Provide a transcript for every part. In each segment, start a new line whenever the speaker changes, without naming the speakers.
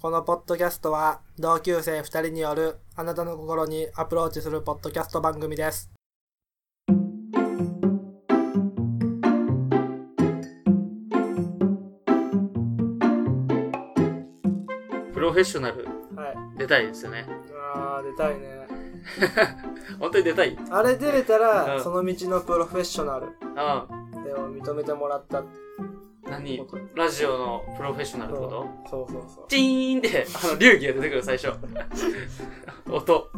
このポッドキャストは同級生2人によるあなたの心にアプローチするポッドキャスト番組です。
プロフェッショナル
はい。
出たいですよね。
あー、出たいね。
本当に出たい。
あれ出れた
う
ら、
ん
その道のプロフェッショナル
ああ、
でを認めてもらったって
何
こと。
ラジオのプロフェッショナルってこと
そうそうそう。
チーンって、あの、流儀が出てくる最初。 音。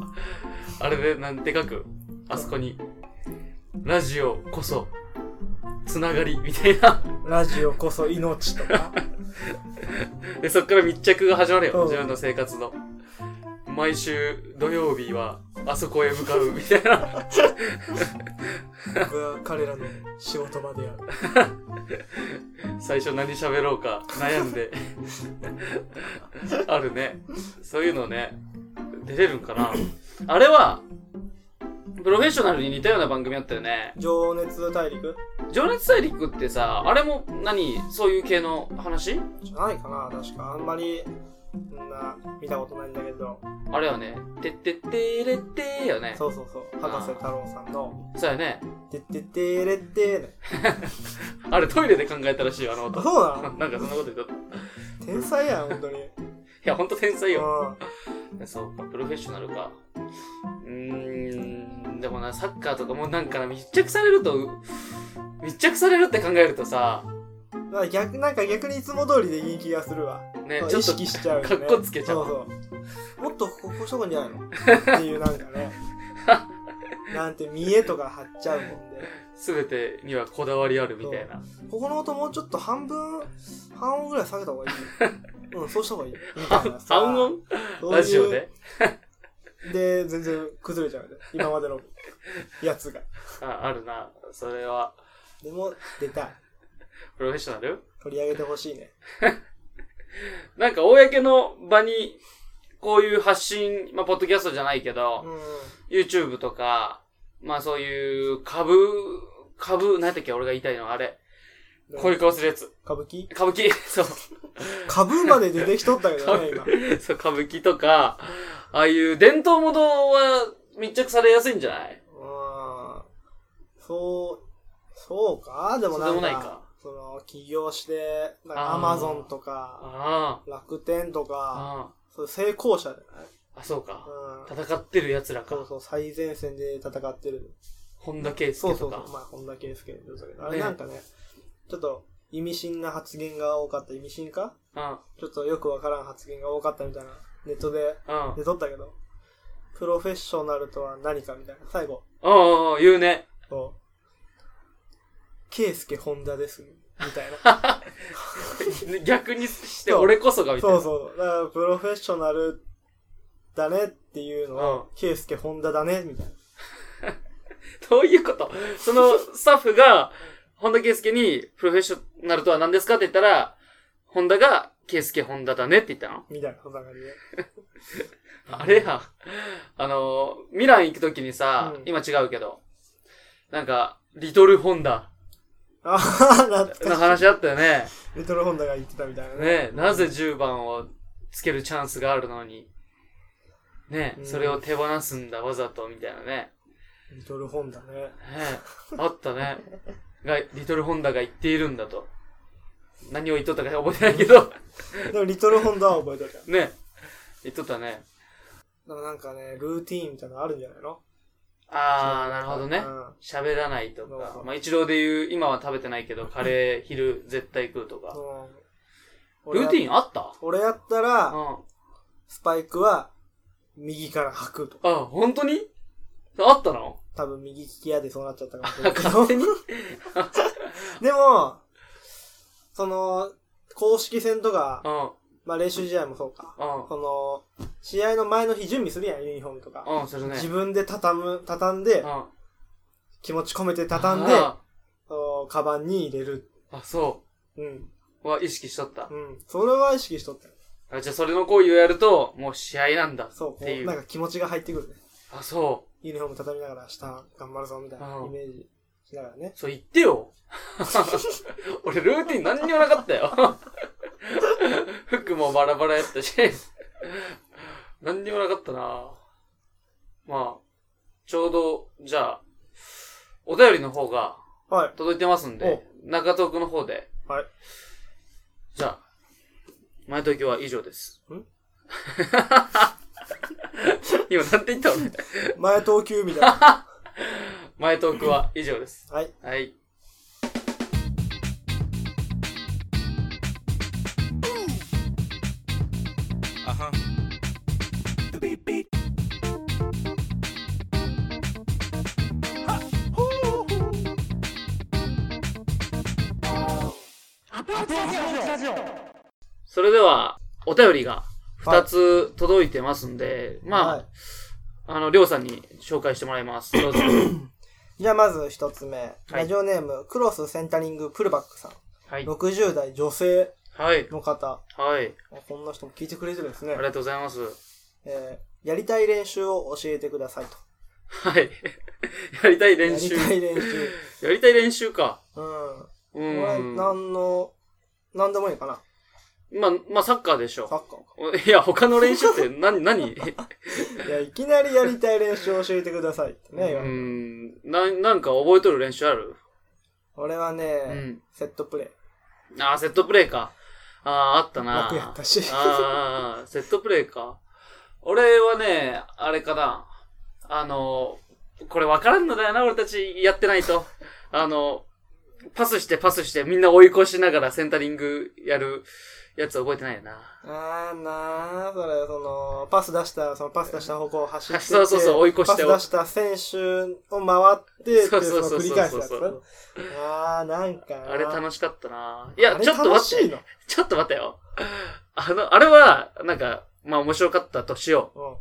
あれで、なんでかく、あそこに、ラジオこそ、つながり、みたいな。
ラジオこそ命とか。
で、そっから密着が始まる
うん
よ。自分の生活の。毎週土曜日は、あそこへ向かう、みたいな。
僕は彼らの仕事場である。
最初何喋ろうか悩ん であるねそういうのね出れるんかなあれはプロフェッショナルに似たような番組あったよね
情熱大陸
「情熱大陸」ってさあれも何そういう系の話
じゃないかな、確か。あんまり、そんな、見たことないんだけど。
あれよね「てってってれって」よねそ
そうそうそう。博士太郎さんの、
うやね
てってってれってね。
あれトイレで考えたらしいよあの
あ、
音
そうなの
なんかそんなこと言っとったい
天才やん、本当に。
やほんと天才よ
うん。
そうか、プロフェッショナルか。うーん、でもな、サッカーとかもなんかな、密着されると、う密着されるって考えるとさ、
まあ逆なんか逆にいつも通りでいい気がするわ。
ね
そ、う
ちょ
意
っと
識しちゃうよ、ね。
かっこつけちゃ
そ
う
うそう。もっとここしとこにゃないのっていうなんか ね。なんて見栄とか貼っちゃうもんで。
全てにはこだわりあるみたいな。
ここの音もうちょっと半分、半音ぐらい下げた方がい い。うん、そうした方がいい。みたいなさ
半音
そういう
ラジオで
で、全然崩れちゃうね。今までのやつが。
ああるな。それは、
でも、出たい。
プロフェッショナル
取り上げてほしいね。
なんか、公の場に、こういう発信、まあ、ポッドキャストじゃないけど、
うん。
YouTube とか、まあそういう株、株、何やったっけ俺が言いたいのはあれ。こういう顔するやつ。
歌舞伎
歌舞伎 そう。
歌舞まで出てきとったけどね、今。
そう、歌舞伎とか、ああいう伝統ものは密着されやすいんじゃない
うんそう、そうかでもなん
そうでも
か、
ないか
その、起業して、なんかア
あー
マゾンとか、
あ
楽天と
あ、
か、
あ
そういう成功者じゃない
あ、あ、そうか。
うん。
戦ってる奴ら
そう
か。
そう、最前線で戦ってる。
本田圭
そう
佑
そ
と
うそ
か
う、。まあ、本田圭佑ですけど、あれ
ね
なんかね、ちょっと意味深な発言が多かった、意味深か
うん、
ちょっとよくわからん発言が多かったみたいな、ネットで
うん。
出とったけど、プロフェッショナルとは何かみたいな、最後、
うん、うん、言うね。
そう。ケイスケホンダです。みたい な。
逆にして
そう
俺こそがみた
そ
いな。
うそう。だから、プロフェッショナルだねっていうのは、ケイスケホンダだね、みたいな。
どういうことそのスタッフが、本田圭佑にプロフェッショナルとは何ですかって言ったら、本田が圭佑本田だねって言ったの
みたいな、そんな感じ で。
あれや、あの、ミラン行くときにさ、
うん
今違うけど、なんか、リトルホンダ
ああ、懐かしい
の話あったよね。
レトロホンダが言ってたみたいなね。
ねなぜ10番をつけるチャンスがあるのに、ね
うん
それを手放すんだ、わざと、みたいなね。
リトルホンダね。
ねあったね。 が、リトルホンダが言っているんだと。何を言っとったか覚えてないけど、
でも、リトルホンダは覚えとるじゃん。
ね言っとったね。
でもなんかね、ルーティーンみたいなのあるんじゃないの
あー、なるほどね。
うん
喋らないと
そうそ
か
う、
まあ一郎で言う、今は食べてないけど、 カレー昼絶対食うとか。
うん。
ルーティ
ン
ンあった
俺やった
う
ら、
ん。
スパイクは、右から吐くとか。
あ、本当にあったの
多分右利き嫌でそうなっちゃったかもしれないけど。
勝手に
でも、その、公式戦とか、
うん、
まあ練習試合もそうか。
う
この、試合の前の日準備するやん、ユニフォームとか。
ん、うん、するね。
自分で畳む、畳んで、
うん。
気持ち込めて畳んで、
あ
そのカバンに入れる。
あ、そ
うん。
う。は意識しとった
う。ん。それは意識しとったよ。
あじゃあそれの行為をやると、もう試合なんだ。
そう、こ、
っていうう
なんか気持ちが入ってくるね。
あ、そ
ユニフォーム畳みながら明日頑張るぞ、みたいな
うん
イメージしながらね。
う。そう言 ってよ。俺ルーティン何にもなかったよ。 服もバラバラやったし、何にもなかったなまあ、ちょうど、じゃあ、お便りの方が
はい。
届いてますんで、中東区の方で。
はい。
じゃあ、前東京は以上です。
ん
今なんて言った俺。
前投球みたいな。
前東区は以上です。
はい。
はい。
Uh-huh. Beep beep. Ha!
それでは、お便りが
は
2
い
つ届いてますんで、まあ、
はい
あの、りょうさんに紹介してもらいます。どう ぞ。
じゃあまず一つ目。ラジオネーム、クロスセンタリングプルバックさん。
はい。
60代女性
はい。
の方。
はい。
こんな人も聞いてくれてるんです
あ
ね
り。がとうございます。
えーやりたい練習を教えてくださいと。
はい。 やりたい練習。
やりたい
や
練習。
りたい練習か。
うん。
う
これ、
ん。まあ、
何の、何でもいいかな。
まあ、サッカーでし
サ
ょ。
ッカー
いや、他の練習って 何、何
か。いや、いきなりやりたい練習を教えてくださいってね、言わ
う
れて
ん。な、なんか覚えとる練習ある
俺はね、
うん。
セットプレー。
あーセットプレーか。ああー、あったな。
楽やったし。
ああ、セットプレーか。俺はね、あれかな。あの、これ分からんのだよな、俺たちやってないと。あの、パスしてパスしてみんな追い越しながらセンタリングやるやつ覚えてないよな。
あーなー、それ、その、パス出した、そのパス出した方向を走ってて、
そうそうそう追い越して
パス出した選手を回って、って
そ
いう
そうそうそう
の繰り返すやつ
そうそう。
あー、なんかな。
あれ楽しかったな。いや、
あれ
ちょっと
楽し
待って、
いの。
ちょっと待ってよ。あの、あれは、なんか、まあ面白かったとしよ
うん
う。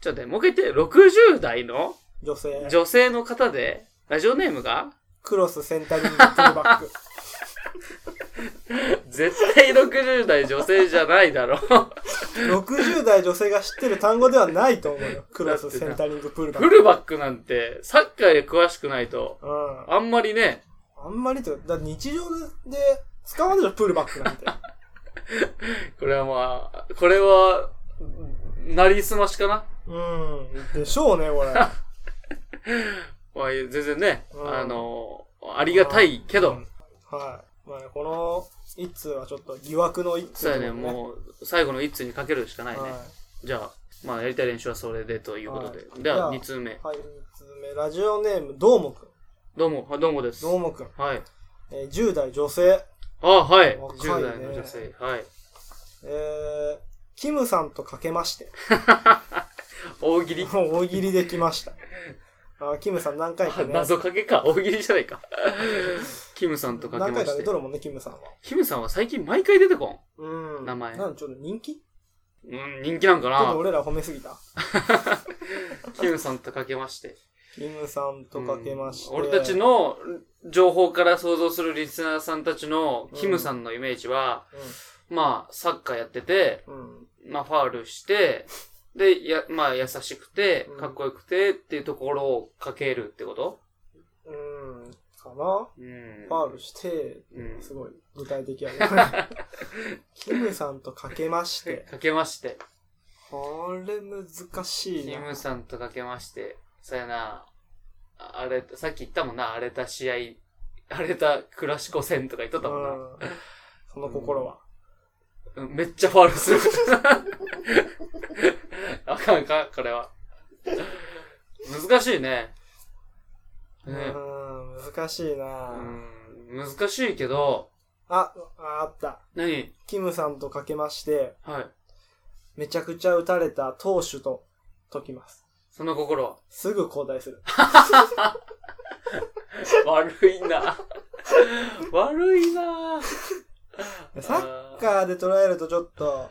ちょっと待って、もう一回言って、60代の
女性。
女性の方で、ラジオネームが
クロスセンタリングプルバ ック。
絶対60代女性じゃない だろう。
60代女性が知ってる単語ではないと思うよ。クロスセンタリングプルバッ
フ
ク。
ルバックなんて、サッカーで詳しくないと、
うん。
あんまりね、
あんまりっていうか、だって日常で使わないじゃん、プールバックなんて。
これはまあ、これは、なりすましかな
うん。でしょうね、これ。
まあ、全然ね、
うん
あの、ありがたいけど、
はい。まあね、この一通はちょっと疑惑の一通
そうやね、
う。
もう、最後の一通にかけるしかないね。
は
じゃあ、まあ、やりたい練習はそれでということで。
はい
で
じゃ
は、
あ
二通目。
い。はい、三つ目、ラジオネーム、どーもくん。
どうも、あどうもです。
どーもくん。
はい。
えー10代女性。
あ、はい。
若いね
10代の女性。はい。
えー、キムさんとかけまして。
大喜利
もう大喜利できま した。あーキムさん何回かね。
謎かけか。大喜利じゃないか。 キムさんとかけ
何
ま
回か
し
出
て
と。るもんね、キムさんは。
キムさんは最近毎回出てこん。
うん。
名前
なんちょっと人気ち
うん、人気なんか
ょっと
な。
俺ら褒めすぎた。
キムさんとかけまして。
キムさんとかけまして。
うん俺たちの情報から想像するリスナーさんたちのキムさんのイメージは、まあ、サッカーやってて、
うん。うん。
まあ、ファールして、で、や、まあ、優しくて、かっこよくてっていうところをかけるってこと
うん。かな
うん。
ファールして、
うん。
すごい具体的やね。 キムさんとかけまして。
かけまして。
これ難しい
キ
な。
ムさんとかけまして、さやな、ああれ、さっき言ったもんな、荒れた試合、荒れたクラシコ戦とか言っとったもんな。
うんその心は。
うんめっちゃファールする。 あかんか、これは。難しいね。
う
ね
ん、難しいうな。
ん難しいけど、
あ、ああった。
何
キムさんとかけまして、
はい。
めちゃくちゃ打たれた投手と解きます。
その心は。
すぐ交代する。
悪い な。悪いな。
サッカーで捉えるとちょっと、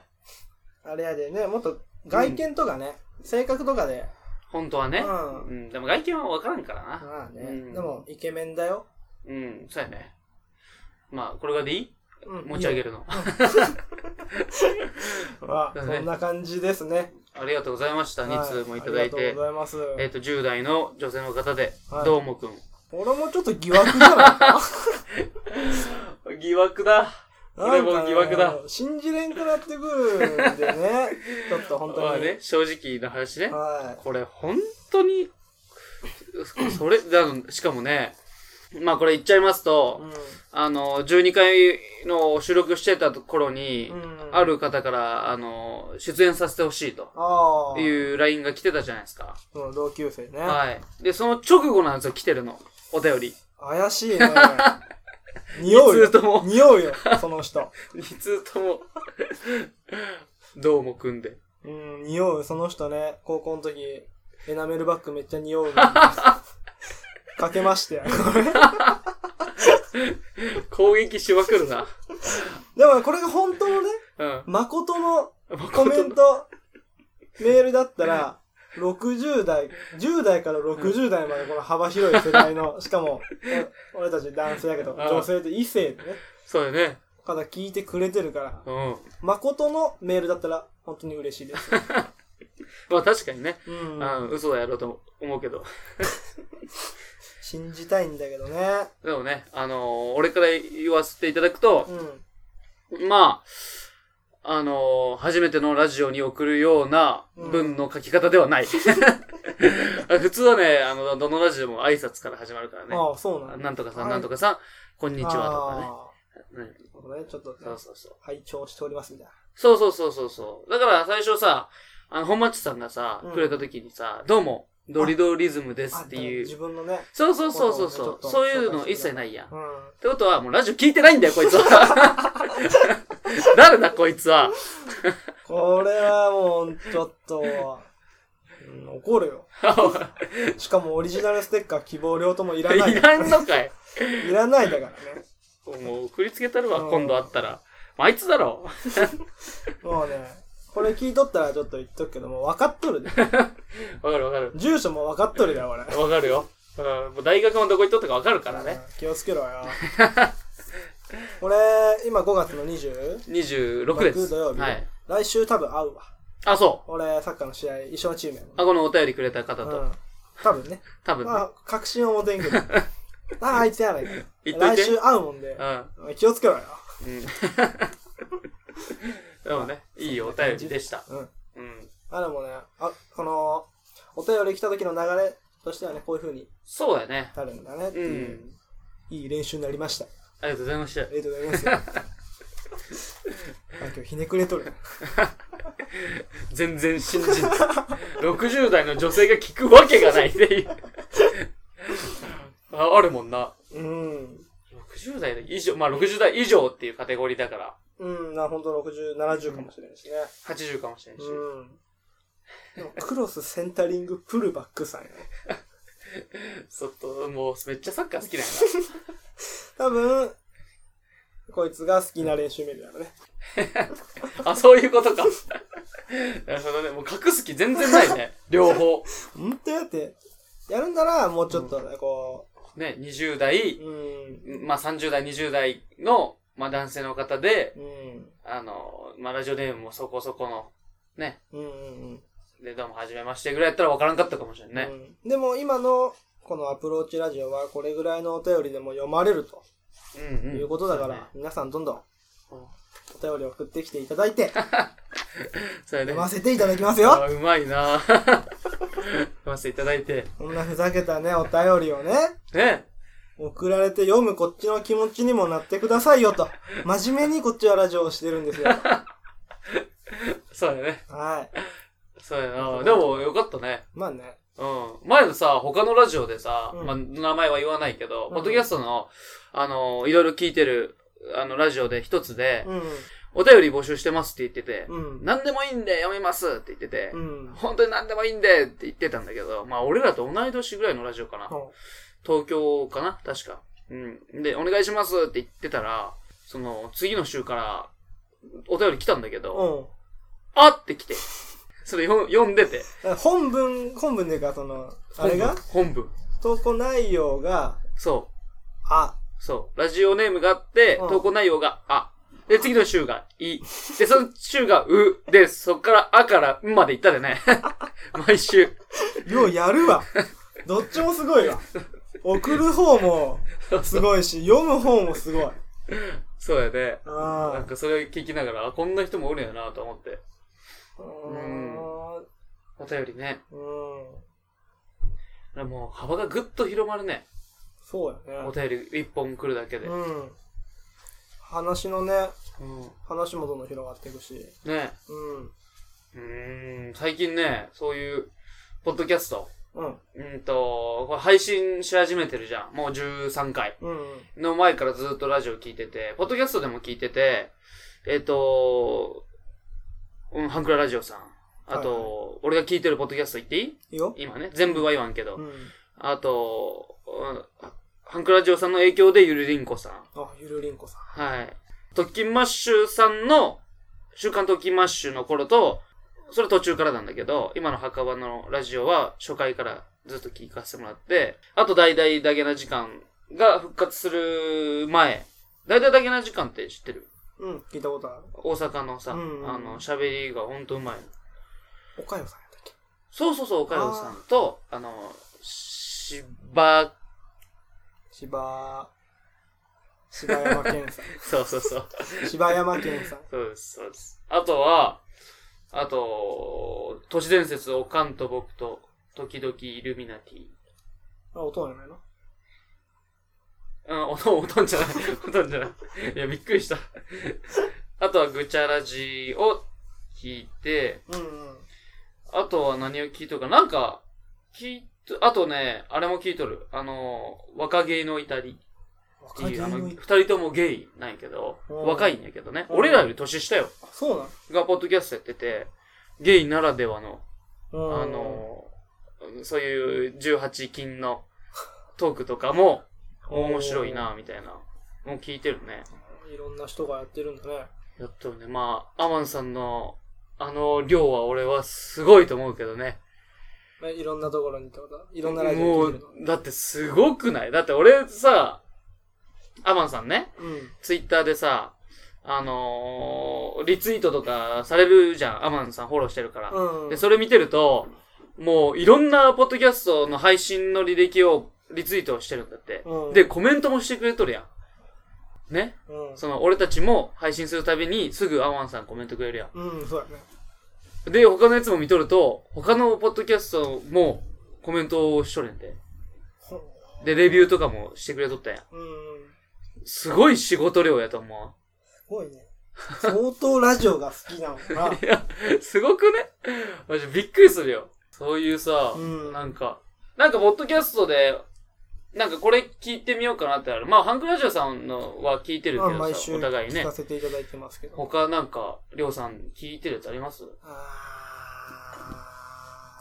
あれやでね、もっと外見とかね、性格とかで。
本当はね。
うん
うん。でも外見はわからんからな。
まあね、
うん
でもイケメンだよ。
うん、そうやね。まあ、これがでいい
うん
持ち上げるの。
まあ、
だね
そんな感じですね。
ありがとうございました。2通もいただい
はありがと
て
うご。ざいます。
えっ、と、10代の女性の方で、
はい
どうもくん。
俺もちょっと疑惑じゃないか
疑惑だ。 俺も
なんか
疑惑だ。
信じれんくなってくるんで ね。ちょっと本
ま
当
あ
に。
ね、正直な話ね。
は
これ本当に、それ、だしかもね、まあこれ言っちゃいます
い。
と、
う
あの、12回の収録してた頃に、
ん。うん
あ。る方から、あの、出演させてほしいと
ああ。
いう LINE が来てたじゃないですか。
うん。同級生ね。
はい。で、その直後なんですよ、来てるの。お便り。
怪しい ね。匂う
二
よ
通。とも、
匂うよ、その人。
二通とも、 どうも組んで。
うん、匂う、その人ね。高校の時、エナメルバッグめっちゃ匂う の。かけましたよ。
攻撃しまくるな。
でもこれが本当のね、
うん。
誠のコ
コ
メント、メールだったら、60代、10代から60代までこの幅広い世代 の、しかも、お俺たち男性やけど、
ああ
女性で異性でね、
そうよね。
方聞いてくれてるから、
うん。
誠のメールだったら、本当に嬉しいです。
まあ確かにね。
うん
う。ん、嘘だやろうと思うけど。
信じたいんだけどね。
でもね、あのー俺から言わせていただくと、
うん。
まあ、あのー初めてのラジオに送るような文の書き方では ない。普通はね、あの、どのラジオも挨拶から始まるからね。
ああ、そうなんだ。
なんとかさ
は
ん、
い
なんとかさん、こんにち
あ
は
あ
とかね。
なるほどね。ちょっと
うん、そうそうそう。
拝聴しておりますみたい
そうそうそうそうそう。だから最初さ、あの、本町さんがさ、
うん
くれた時にさ、どうも、ドリドリズムで
な。
すって
あ
い
自
う。
分のね。
そうそうそうそう
ちょ
そ
っ
う。
と
そういうの一切ないやん。っ
うん。
てことは、もうラジオ聞いてないんだよ、こいつは。 誰だ、こいつは。
これはもう、ちょっと、うん怒るよ。しかもオリジナルステッカー希望両ともいらないい。
らんのか い。
いらないだからね。
もう送りつけたるわ
う、ん
今度会ったら。あいつだろ。
もうね、これ聞いとったらちょっと言っとくけど、もう分かっとるで。
わかるわかる。
住所も分かっとるだよ、俺。
わかるよ。うん、もう大学もどこ行っとったかわかるからね。
うん気をつけろ よ。俺、今5月の 20?
26です。
6土曜日
はい。
来週多分会うわ。
あ、そ
俺、サッカーの試合、一緒のチームや
う。あ、このお便りくれた方
もん。
と。
うん。多分ね。
多分ね。
まあ、確信を持てんけ ど。ああ、あいつやないか。
言っとい
来
て
週会うもんで
う、ん。
気をつけろよ。
うん。 でもね、いいお便りでした。
うん。
うん。
あ、でもね、あ、この、お便り来た時の流れとしてはね、こういう風に
そうだね。
なるんだねって
う
いう、
ん。
いい練習になりました。
ありがとうございました
あ。りがとうござい ます。あ今日ひねくれとる。
全然信じない。60代の女性が聞くわけがないって いう。ああるもんな。
うん。
60代以上、まあ60代以上っていうカテゴリーだから、
うん、な、ほんと60、70かもしれないしね。
80かもしれんし。
うん。でもクロス、センタリング、プルバックさんやね。
ちょっと、もうめっちゃサッカー好きなんや
多分、こいつが好きな練習メニューだろうね。
な。あ、そういうことか。 なるほどね。もう隠す気全然ない ね。両方。
本当やって、やるんなら、もうちょっとね、こ
ね、20代
う、、うん、
まあ、30代、20代の、まあ、男性の方で、
うん、
あの、まあ、ラジオネームもそこそこの、ね、
うん、うん。
で、どうも、はじめましてぐらいやったらわからんかったかもしれんね。
うん。でも今の、このアプローチラジオは、これぐらいのお便りでも読まれると
うん、うん、
いうことだから、
そうね
皆さんどんどん
うん、
お便りを送ってきていただい て、
そうやね
読。ませていただきます
あ
よ
うまいな 読ませていただいて。
こんなふざけたね、お便りをね、
ね。
送られて読むこっちの気持ちにもなってくださいよと。真面目にこっちはラジオをしてるんです よ。
そうやね。
はい。
そうやなでも、よかったね。
まあね。
うん。前のさ、他のラジオでさ、
うん
まあ、名前は言わないけど、
うん
ポッドキャストの、あの、いろいろ聞いてる、あの、ラジオで一つで、
うん。
お便り募集してますって言ってて、
うん。
何でもいいんで読みますって言ってて、
うん。
本当に何でもいいんでって言ってたんだけど、まあ俺らと同い年ぐらいのラジオかな。東京かな確か。うん。で、お願いしますって言ってたら、その次の週からお便り来たんだけ
う
ど、
ん。
あって来て、それよ読んでて。
本文、本文でか、その、あれが
本文。
投稿内容が、
そ
あ、
う。そう。ラジオネームがあって、
うん
投稿内容があ。で、次の週がい。で、その週がう。で、そっからあからんまで行ったでね。 毎週。
ようやるわ。どっちもすごいわ。送る方もすごいし、読む方もすごい。
そうやで、
あ
なんかそれ聞きながら、あこんな人もおるんやなと思って。
あ。
んお便りね。
うん。
もう幅がぐっと広まるね。
そうや
お
ね。
便り一本来るだけで。
うん。話のね、
うん。
話もどんどん広がっていくし。
ね
うん。
うーん。最近ね、そういう、ポッドキャスト。
うん。
うんと、これ配信し始めてるじゃん。もう13回。
うん。
の前からずっとラジオ聞いてて、ポッドキャストでも聞いてて、えっ、と、うん、ハンクララジオさん。あと、
はい
俺が聞いてるポッドキャスト言っていい
いいよ。
今ね。全部は言わんけど。
うん。
あと、うんハンクラジオさんの影響でゆるりんこさん。
あ、ゆるりんこさん。
はい。特勤マッシュさんの、週刊特勤マッシュの頃と、それ途中からなんだけど、今の墓場のラジオは初回からずっと聞かせてもらって、あと大々だけな時間が復活する前、大々だけな時間って知ってる
うん。聞いたことあ
大阪のさ、
うんうん
あの、喋りがほんとうまい。
る。おかよさんやったっけ
そうそうそう、岡山さんと、あの、芝、
芝、芝山健さ
そうそうそう。
ん。芝山健さん。
そうです、そうです。あとは、あと、都市伝説、おかんと僕と、時々イルミナティ。
あ、おとんやないの
うん、お とん、おとんじゃない。おとんじゃない。いや、びっくりした。 あとは、ぐちゃらじを聞いて、
うんうん。
あとは何を聞いとるか、なんか、聞いと、あとね、あれも聞いとる。あの、若芸の至りって
若
い
気
う、あの、
の
二
い
人ともゲイなんやけど、
うん
若いんやけどね。
うん
俺らより年下よ。
あそうな
が、ポッドキャストやってて、ゲイならではの
の
あ、の、そういう18禁のトークとかも
うん
面白い。な、みたいな。もう聞いてるね。
いろんな人がやってるんだね。
やっとね、まあ、アマンさんのあの量は俺はすごいと思うけどね。
えいろんなところにってことい
い
ろんなラジ
も
オ聞いて
う
るの、
だってすごくないだって俺さ、アマンさんね、
うん。
ツイッターでさ、あのーリツイートとかされるじゃん。アマンさんフォローしてるから。
うん。
で、それ見てると、もういろんなポッドキャストの配信の履歴をリツイートしてるんだって。
うん
で、コメントもしてくれとるやん。ね
うん。
その、俺たちも配信するたびにすぐアワンさんコメントくれるや
うん、そうやね。
ん。で、他のやつも見とると、他のポッドキャストもコメントをしとるんで。
ほん
で、レビューとかもしてくれとったやん。
うん。
すごい仕事量やと思う。
すごいね。相当ラジオが好きなのか な。
いや、すごくねマジびっくりするよ。そういうさ、
うん
なんか、なんか、ポッドキャストで、なんかこれ聞いてみようかなってある。まあ、ハンクラジオさんのは聞いてる
まあ
けど
毎
さ、
週
お互い
聞
ね
か。せていただいてますけど。
他なんか、りょうさん聞いてるやつあります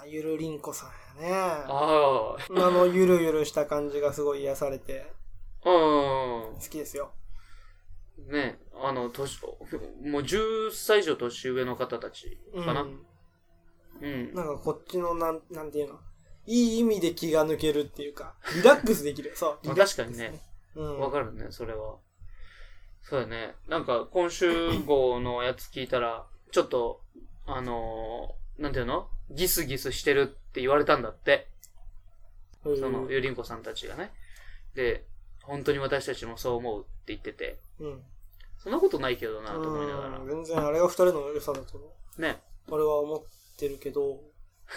あー、ゆるりんこさんやね。あ
あ
の、ゆるゆるした感じがすごい癒されて、
あ、う
好きですよ。
ん。ね、あの、年、もう10歳以上年上の方たち
うん。
か
な
な。
ん
うん。
かこっちの、なん、なんていうのいい意味で気が抜けるっていうか、リラックスできる。そう、リ
まあ
ラックス、
確かにね。。
うん。
わかるね、それは。そうだね。なんか、今週号のやつ聞いたら、ちょっと、あのーなんていうのギスギスしてるって言われたんだって。
うん
その、ゆりんこさんたちがね。で、本当に私たちもそう思うって言ってて、
うん。
そんなことないけどな、と思いながら
うん。全然あれが二人の良さだと思う
ね。
俺は思ってるけど、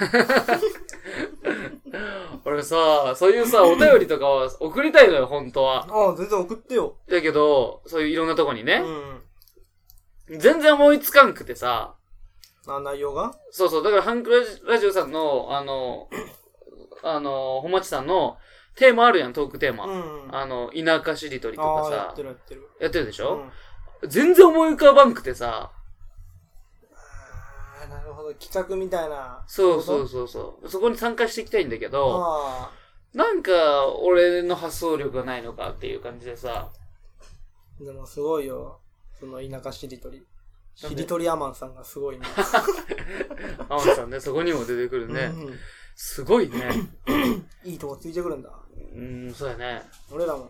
俺さ、そういうさ、お便りとかは送りたいのよ、本当は。
ああ、全然送ってよ。
だけど、そういういろんなとこに
う
ね、
ん。
全然思いつかんくてさ、
あ、内容が
そうそう、だからハンクラジラジオさんの、あの、あの、本町さんのテーマあるやん、トークテーマ。
うん。あ
あの、田舎しりとりとか
あー、や
さ
って、るやってる。
やってるでし
うん
ょ、全然思い浮かばんくてさ、
あーなるほど。企画みたいな。
そうそう
う。
そうそう、そこに参加していきたいんだけど、
あ
なんか、俺の発想力がないのかっていう感じでさ、
あ。でもすごいよ。その田舎しりとり。
なん
し
で
りとりアマンさんがすごいね。
アマンさんね、そこにも出てくるね。
うん
すごいね。
いいとこついてくるんだ。
うん、そうやね。
俺らも。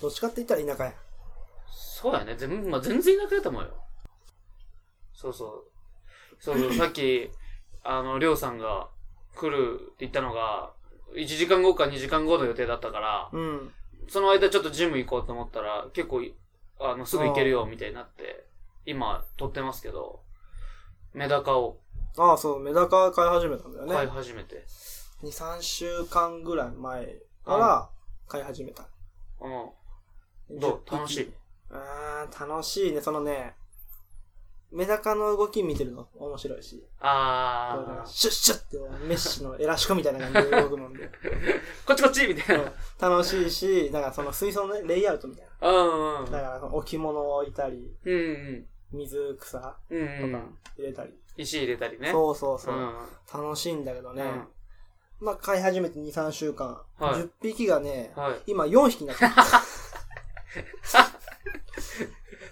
どっちかって言ったら田舎や。
そうやね。全部、まあ、全然田舎やと思うよ。そうそう。そう そう、さっき、あの、りょうさんが来るって言ったのが、1時間後か2時間後の予定だったから、
うん。
その間ちょっとジム行こうと思ったら、結構い、ああの、すぐ行けるよ、みたいになって、今、撮ってますけど、メダカを
ああ、そう、メダカ飼い始めたんだよね。
飼い始めて、
2、3週間ぐらい前から飼い始めた。
うん、どう楽しい。
あー楽しいね。そのね、メダカの動き見てるの面白いし、こうなん
あ
か
ー、
シュッシュッってメッシのエラシコみたいな感じで動くもん で、
こっちこっちみたいな。
楽しいし、なんかその水槽のね、レイアウトみたいな。
うんうん。
だからその置物を置いたり、
うんうん。
水草
うんう
とか
ん。
入れたり。
石入れたりね。
そうそうそうう、
ん。
楽しいんだけどね。
うん
まあ飼い始めて2、3週間。
はい
10匹がね、
はい。
今4匹になってる。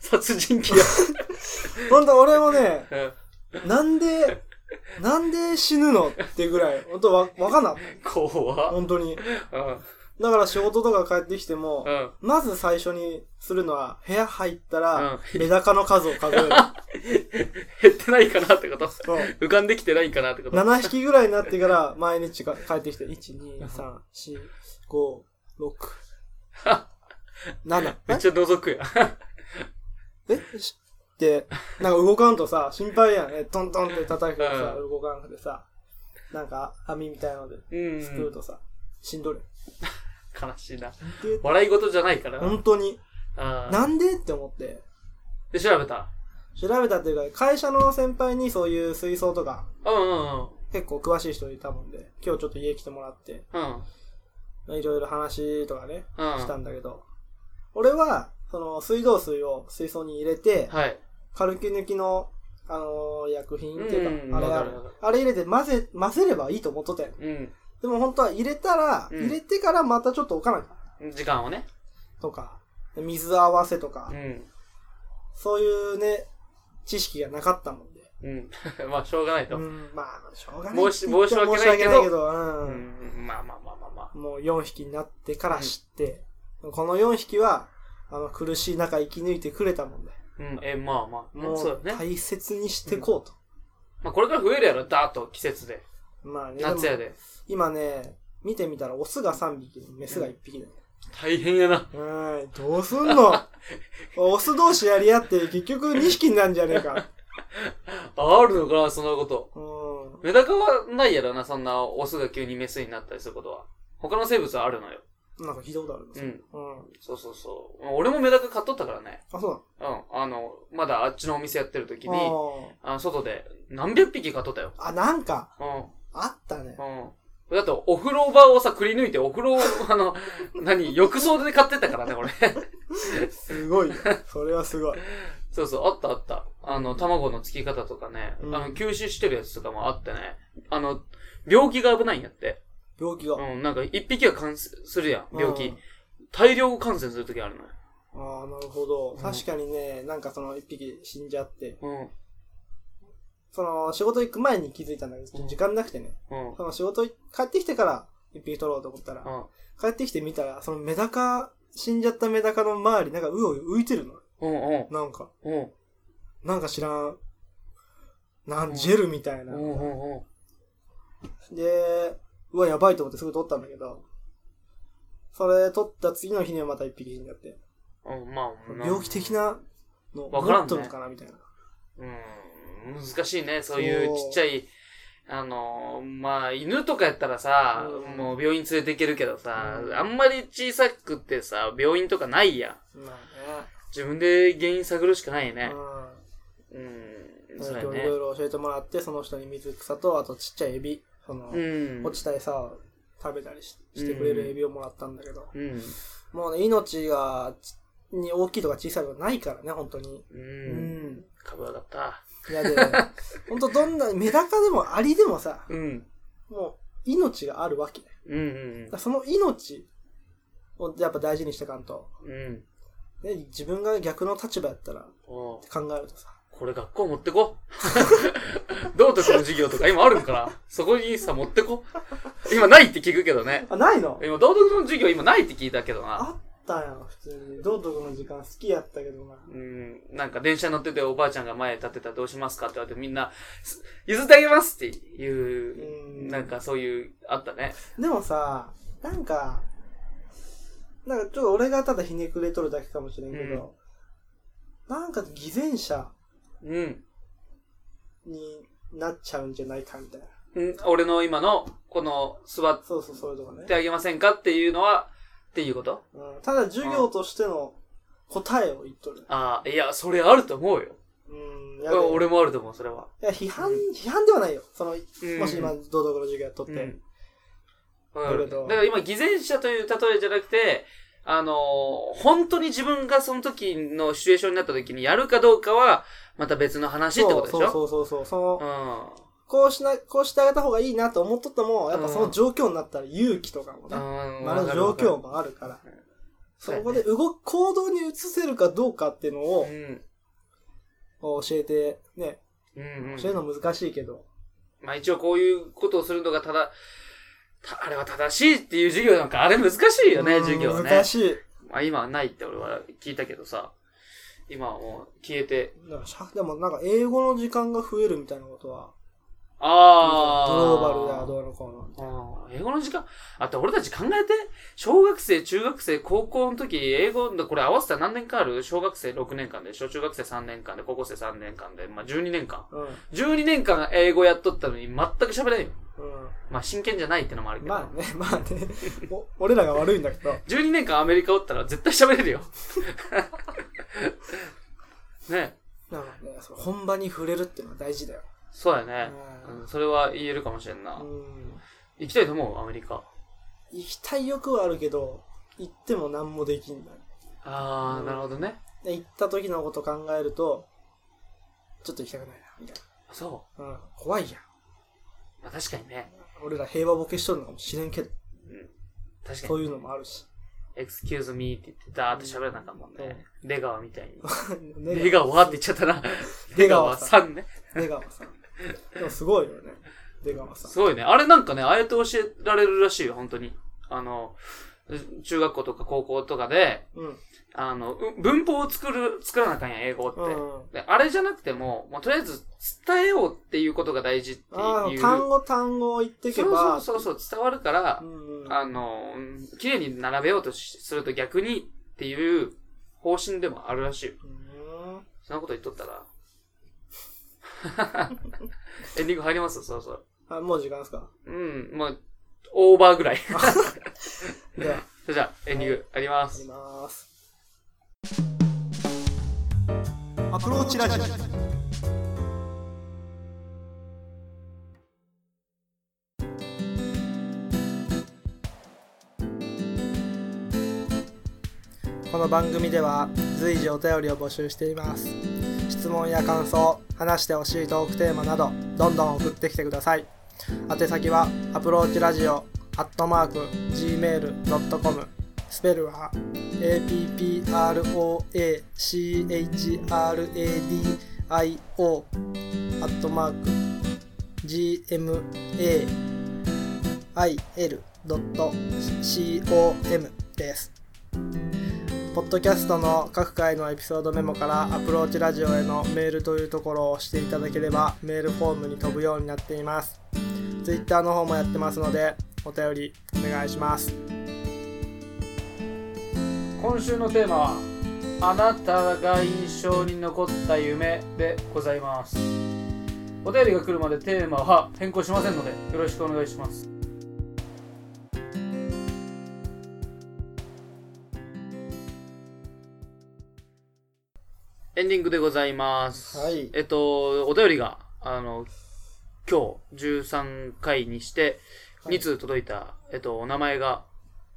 殺人鬼
ほんと俺もね、
が。
なんで、なんで死ぬのってぐらい、ほんとわ、わかんなかっ
怖
た。
っ。
ほんとに。
うん。
だから仕事とか帰ってきても
う、ん。
まず最初にするのは、部屋入った
うん
ら、メダカの数を数える。
減ってないかなってこと。
そう
浮かんできてないかなってこと。
7匹ぐらいになってから、毎日か帰ってきて、1、2、3、4、5、6、7。
めっちゃ覗くやん。
えしって、なんか動かんとさ、心配やんね。トントンって叩くからさ、
う
動かんくてさ、なんか網みたいので、
うん
作るとさ、しんどる。
悲しいな。
で
笑い事じゃないからな。
本当に。
あー
なんでって思って、
で、調べた。
調べたっていうか、会社の先輩にそういう水槽とか、
うんうんうん。
結構詳しい人いたもんで、今日ちょっと家来てもらって、
うん。
いろいろ話とかね、
うん。
したんだけど、俺は、その水道水を水槽に入れて、
はい。
カルキ抜きの、あのー薬品っていう
うん
か、あれ
わ
あ
かるわか
る
る
あれ入れて混ぜ、混ぜればいいと思っとったやん。
うん。
でも本当は入れたら、
うん
入れてからまたちょっと置かないか
時間をね。
とか、水合わせとか、
うん。
そういうね、知識がなかったもんで。
うん。 まあ、しょうがないと。
う
うん
ん、まあ、しょうがないって言っ
申
ち
し申し
ゃ
訳ない
申し訳ない
け
けど、うん。
まあまあまあまあま
もう4匹になってから知って、この4匹は、あの、苦しい中生き抜いてくれたもんで、
あ。うん。え、まあまあ。
も
そ
う
うだね。
大切にしてこうと。
まあ、これから増えるやろ、だーっと季節で。
まあね、
夏や
でも
で。
今ね、見てみたらオスが3匹で、メスが1匹だよ。
大変やな。
うん、どうすんの オス同士やり合って結局2匹になんじゃねえか。
あるのかな、そんなこと。
うん。
メダカはないやろな、そんなオスが急にメスになったりすることは。他の生物はあるのよ。
なんか聞いたことあるんで
う
すよ。
ん。
うん。
そうそうそう。俺もメダカ買っとったからね。
あ、そうなの
うん。あの、まだあっちのお店やってる時に、
あ
あの外で何百匹買っとったよ。
ーあ、なんか、
う
あったね。
ん。うん。だって、お風呂場をさ、くり抜いて、お風呂を、あの、何、浴槽で買ってったからね、俺。
すごいよ。それはすごい。
そうそう、あったあった。あの、卵の付き方とかね、
うん
あの、吸収してるやつとかもあってね。あの、病気が危ないんやって。
病気が。
うん、なんか一匹は感染するやん、病
う
気
ん。
大量感染するときあるのよ。
ああ、なるほど
ん。
確かにね、なんかその一匹死んじゃって、
う
その仕事行く前に気づいたんだけど、ちょっと時間なくてね、
ん。うん。
その仕事い帰ってきてから一匹取ろうと思ったら、
うん。
帰ってきてみたら、そのメダカ、死んじゃったメダカの周り、なんかうおう浮いてるの。
うん。うん。
なんか、
うん。
なんか知らん、な
うん
ん、ジェルみたいな。
うん。うん。うん。
で、うわ、やばいと思ってすぐ取ったんだけど、それ取った次の日にはまた一匹死んじゃって、
うん、まあ、な
病気的なの
わから
持
んね
っとるかなみたいな。
うん。難しいね、そういう
そう
ちっちゃい、あのー、まあ、犬とかやったらさ、
うん
もう病院連れて行けるけどさ、
うん
あんまり小さくてさ、病院とかないやん。
ま
自分で原因探るしかないよ
あね。
ね。
うん
うん。
い
そうや
ろ
ね
い。ろ教えてもらって、その人に水草と、あとちっちゃいエビ、その、
うん。
落ちた餌を食べたりししてくれるエビをもらったんだけど、
うん。
もうね、命がち、に大きいとか小さいとかないからね、本当に。う
う。
んん。
株上がった。
い やで、本当どんな、メダカでもアリでもさ、
うん。
もう命があるわけ。だか
うんうん
らその命をやっぱ大事にしてかんと、
うん。うん。
ね、自分が逆の立場やったら
おう
考えるとさ、
これ学校持ってこ。 道徳の授業とか今あるんから、そこにさ、持ってこ。今ないって聞くけどね。
あ、ないの
今、道徳の授業今ないって聞いたけどな。
あったやん、普通に。道徳の時間好きやったけどな。
うん、なんか電車乗ってておばあちゃんが前立ってたらどうしますかって言われてみんな、す譲ってあげますっていう、
うん
なんかそういう、あったね。
でもさ、なんか、なんかちょっと俺がただひねくれとるだけかもしれんけど、なんか偽善者
うん。
になっちゃうんじゃないかみたいな。
うん俺の今の、この、座っ
そうそう、そういうとこね
て。あげませんかっていうのは、っていうこと
うん、ただ授業としての答えを言っとる。
ああ、いや、それあると思うよ。
うん、やだよ
俺もあると思う、それは。
いや、批判、
うん
批判ではないよ。その、
うん
もし今、道徳の授業やっとって。
うんわか
だ
る
けど
だから今、偽善者という例えじゃなくて、あのー本当に自分がその時のシチュエーションになった時にやるかどうかは、また別の話ってことでしょ
そうそうそうそう。その、こうしな、こうしてあげた方がいいなと思っとっても、やっぱその状況になったら勇気とかも
う
ね、
ん。うん。
まだ状況もあるから
うん、
そこで動く、行動に移せるかどうかっていうの
を
を
う
教
ん。
えて、ね、
うん、うん。
教えるの難しいけど、
まあ一応こういうことをするのがただ、たあれは正しいっていう授業なんか、あれ難しいよね、
うん
授業ね。
難しい。
まあ今はないって俺は聞いたけどさ、今はもう消えて、
だからしゃでもなんか英語の時間が増えるみたいなことは、
ああ。
グローバルだ、どうのこうの。
うん英語の時間、あと俺たち考えて、小学生、中学生、高校の時、英語の、これ合わせたら何年間ある小学生6年間で、小中学生3年間で、高校生3年間で、まあ12年間。
うん。
12年間英語やっとったのに全く喋れんよ。
うん。
まあ真剣じゃないってのもあるけど。
まあね、 まあね。お俺らが悪いんだけど。
12年間アメリカおったら絶対喋れ るよ。 ね
なんかね、その本場に触れるっていうのは大事だよ。
そうやね。
う
うんそれは言えるかもしれんな。
ん。
行きたいと思う、アメリカ。
行きたい欲はあるけど、行っても何もできんだよ。
あ
う
ー、
ん
なるほどね。
で行った時のこと考えると、ちょっと行きたくないな、みたい
そ
な。うん。怖いやん。
う。まあ確かにね。
俺ら平和ボケしとるのかもしれんけど、
確かに。
そういうのもある し。
excuse me って言って、ダーって喋らなあかんもんね。出川みたいに。出
出
川って言っちゃったな。出
出川
川
さ
さ
ん。
んね。
出川さん。でもすごいよね。出川さん。
すごいね。あれなんかね、ああやって教えられるらしいよ、本当に。あの、中学校とか高校とかで、
うん。
あの、う文法を作る、作らなあかんやん、英語って。
うん。
であれじゃなくても、もうとりあえず伝えようっていうことが大事って
あ
い
あ、
う。
単語単語を言っていけば、
そうそうそうそう、伝わるから、
うんうん
あの、うん綺麗に並べようとしすると逆にっていう方針でもあるらしいよ。
うん
そんなこと言っとったら。 エンディング入りますそうそう。
あ、もう時間ですか
うん、まあ、オーバーぐらい。
では、
それじゃあ、エンディングありま
あり
す。
ます。アプローチラジオ。この番組では随時お便りを募集しています。質問や感想、話してほしいトークテーマなど、どんどん送ってきてください。宛先はアプローチラジオアットマーク Gmail.com スペルは APPROACHRADIO アットマーク GMAIL.com です。ポッドキャストの各回のエピソードメモからアプローチラジオへのメールというところを押していただければメールフォームに飛ぶようになっています。ツイッターの方もやってますので、お便りお願いします。
今週のテーマは、あなたが印象に残った夢でございます。お便りが来るまでテーマは変更しませんので、よろしくお願いします。エンディングでございます。
はい
えっと、お便りが、あの、今日13回にして、
はい
2通届いた、えっと、お名前が、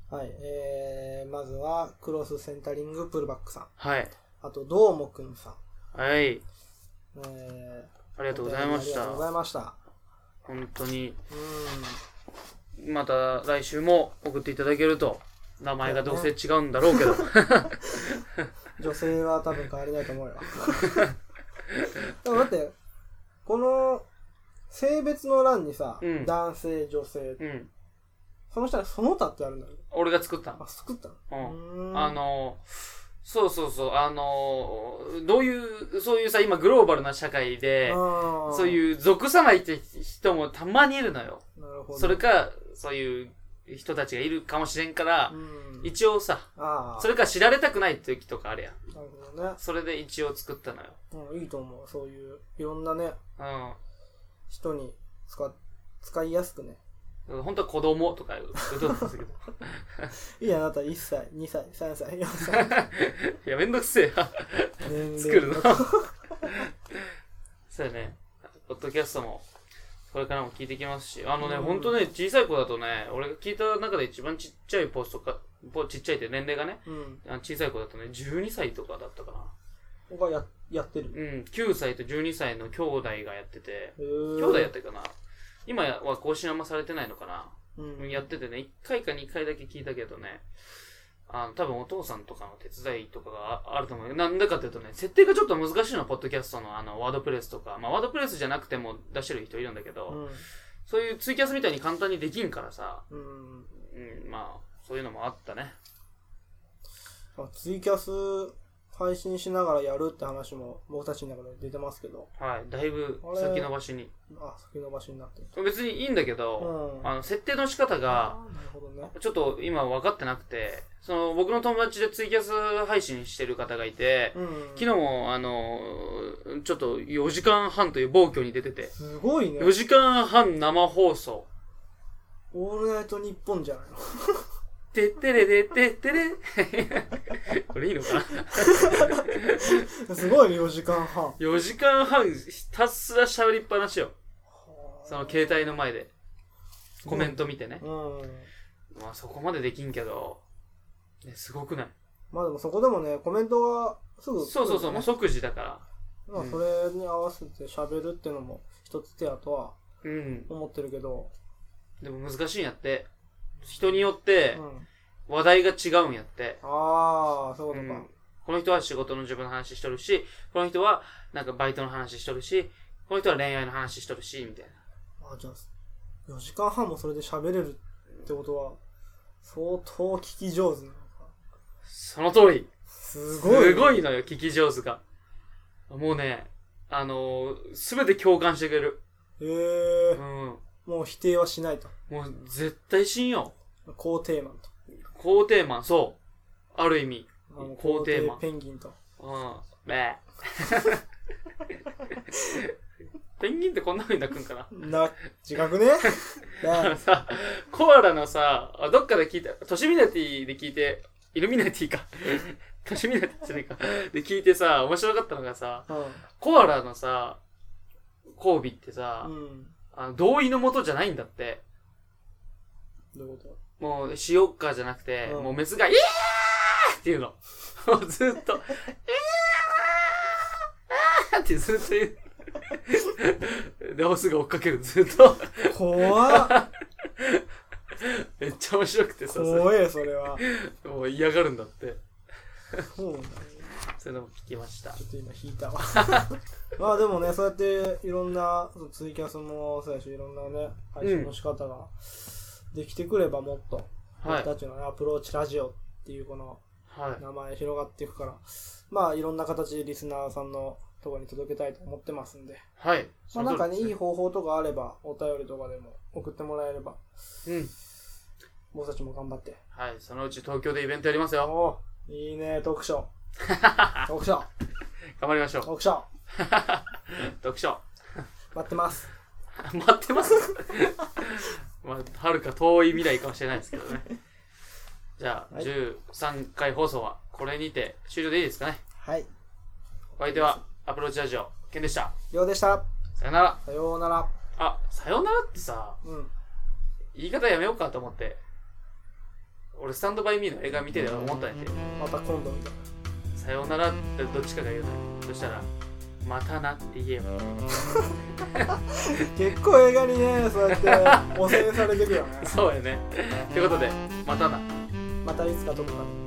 はい、えー、まずは、クロスセンタリングプルバックさん。
はい。
あと、どーもくんさん。
はい。
えー、あ
ありがとうございま
あ
し
りが
た
とう。ございました。
本当に、
うん。
また来週も送っていただけると、名前がどうせ違うんだろうけど、
女性は多分変わりないと 思うよ。でもだって、この、性別の欄にさ、
うん
男性、女性、
うん。
その下にその他ってあるんだよ。
俺が作ったの
あ、作ったの。
うん。
うーん
あ、の、そうそうそう、あの、どういう、そういうさ、今グローバルな社会で、そう
う
いう属さないって人もたまにいるのよ。
ん、なるほど
それか、そういう人たちがいるかもしれんから
う、ん
一応さ、
ああ
それか知られたくない時とかあれや。
なるほどね、
それで一応作ったのよ。
うん、いいと思うそういういろんなね
うん。
人に使っ使いやすくね
本当は子供とか言うとったんですけど。
いいやあなた1歳2歳3歳4歳
いや、めんどくせえな。
年齢
作るの。 そうやね。ポッドキャストも、これからも聞いていきますし、あのね、
うん
ほんとね、小さい子だとね、俺が聞いた中で一番ちっちゃいポストか、ぽちっちゃいって年齢がね、
うん
あの小さい子だとね、12歳とかだったかな。
僕はややってる
うん、9歳と12歳の兄弟がやってて、
兄
兄弟やってるかな。今は更新あんまされてないのかな。
うん
やっててね、1回か2回だけ聞いたけどね、あの、多分お父さんとかの手伝いとかがああると思うけどなんでかっていうとね、設定がちょっと難しいの、ポッドキャストのあの、ワードプレスとか、まあ、ワードプレスじゃなくても出してる人いるんだけど、
うん
そういうツイキャスみたいに簡単にできんからさ、
うん
うん、まあ、そういうのもあったね。
あツイキャス配信しながらやるって話も僕たちの中で出てますけど
はい、だいぶ先延ばしに。
あ先延ばしになってる
別にいいんだけ
う
ど、
ん
あの、設定の仕方が、
なるほどね
ちょっと今分かってなくて、その、僕の友達でツイキャス配信してる方がいて、
うん
昨日も、あの、ちょっと4時間半という暴挙に出てて、
すごいね
4時間半生放送。
オールナイトニッポンじゃないの
てってれでてってれ。 これいいのか な
すごいね、4時間半。
?4 時間半ひたすら喋りっぱなしよ。その携帯の前で。コメント見てね。
うん。
まあそこまでできんけど、ね、すごくない
まあでもそこでもね、コメントがすぐ来る、ね。
そうそうそう、もう即時だから。
まあそれに合わせて喋るっていうのも一つ手やとは
うん。
思ってるけど。
でも難しいんやって。人によって
うん。
話題が違うんやって。
ああ、そういううことか
ん。この人は仕事の自分の話しとるし、この人はなんかバイトの話しとるし、この人は恋愛の話しとるし、みたい
あじゃあ、4時間半もそれで喋れるってことは、相当聞き上手なのか。
な。その通り。
す
す
ごい、ね。
ごいのよ、聞き上手が。もうね、あのー、すべて共感してくれる。
え
う
ー
ん。、も
もう否定はしないと。
う絶対信用。
肯定マンと。
肯定マン、そう。ある意味。
あの
肯定マン
肯ペンギンと。
うん。べ ペンギンってこんな風に鳴くんかな
な、自覚 ね。ね
あのさ、コアラのさ、あどっかで聞いた、トシミナティで聞いて、イルミナティか。トシミナティじゃないか。で聞いてさ、面白かったのがさ、
う
コアラのさ、交尾ってさ、
ん。うん。
あの同意のもとじゃないんだって。
どういうこと
もう、しよっかじゃなくて、
うん
もうメスが、イエーって言うの。もうずっと、イエーあーってずっと言う。で、オスが追っかける、ずっと。
怖っ
めっちゃ面白くてさ、それ
怖えそれは
もう嫌がるんだって。
そうなんだね
そういうのも聞きました。
ちょっと今引いた わまあでもねそうやっていろんなそうツイキャスもそうやしいろんなね配信の仕方ができてくればもっと、
はい
僕たちのねアプローチラジオっていうこの
はい。
名前広がっていくからまあいろんな形でリスナーさんのところに届けたいと思ってますんで
はい。
まあなんかねいい
い。
方法とかあればお便りとかでも送ってもらえれば
うん。
僕たちも頑張って
はい。そのうち東京でイベントやりますよ。
おおいいね読 書読書
頑張りましょう。
読書
読書。
待ってます
待ってます。 まあ、はるか遠い未来かもしれないです けどね。じゃあ、
はい
13回放送はこれにて終了でいいですかね。
はい
お相手は、アプローチラジオ、ケンでした。
りょうでした
さよなら。
さようなら
あ、さよならってさ、
うん
言い方やめようかと思って。俺、スタンドバイミーの映画見てれば思ったんやけど、
また今度みたいな
さよならってどっちかが言うのよ。そしたら、またなって言えよ。
結構映画にねそうやって汚染されてるよね
そうやね。ということで、またな。
またいつかどこかで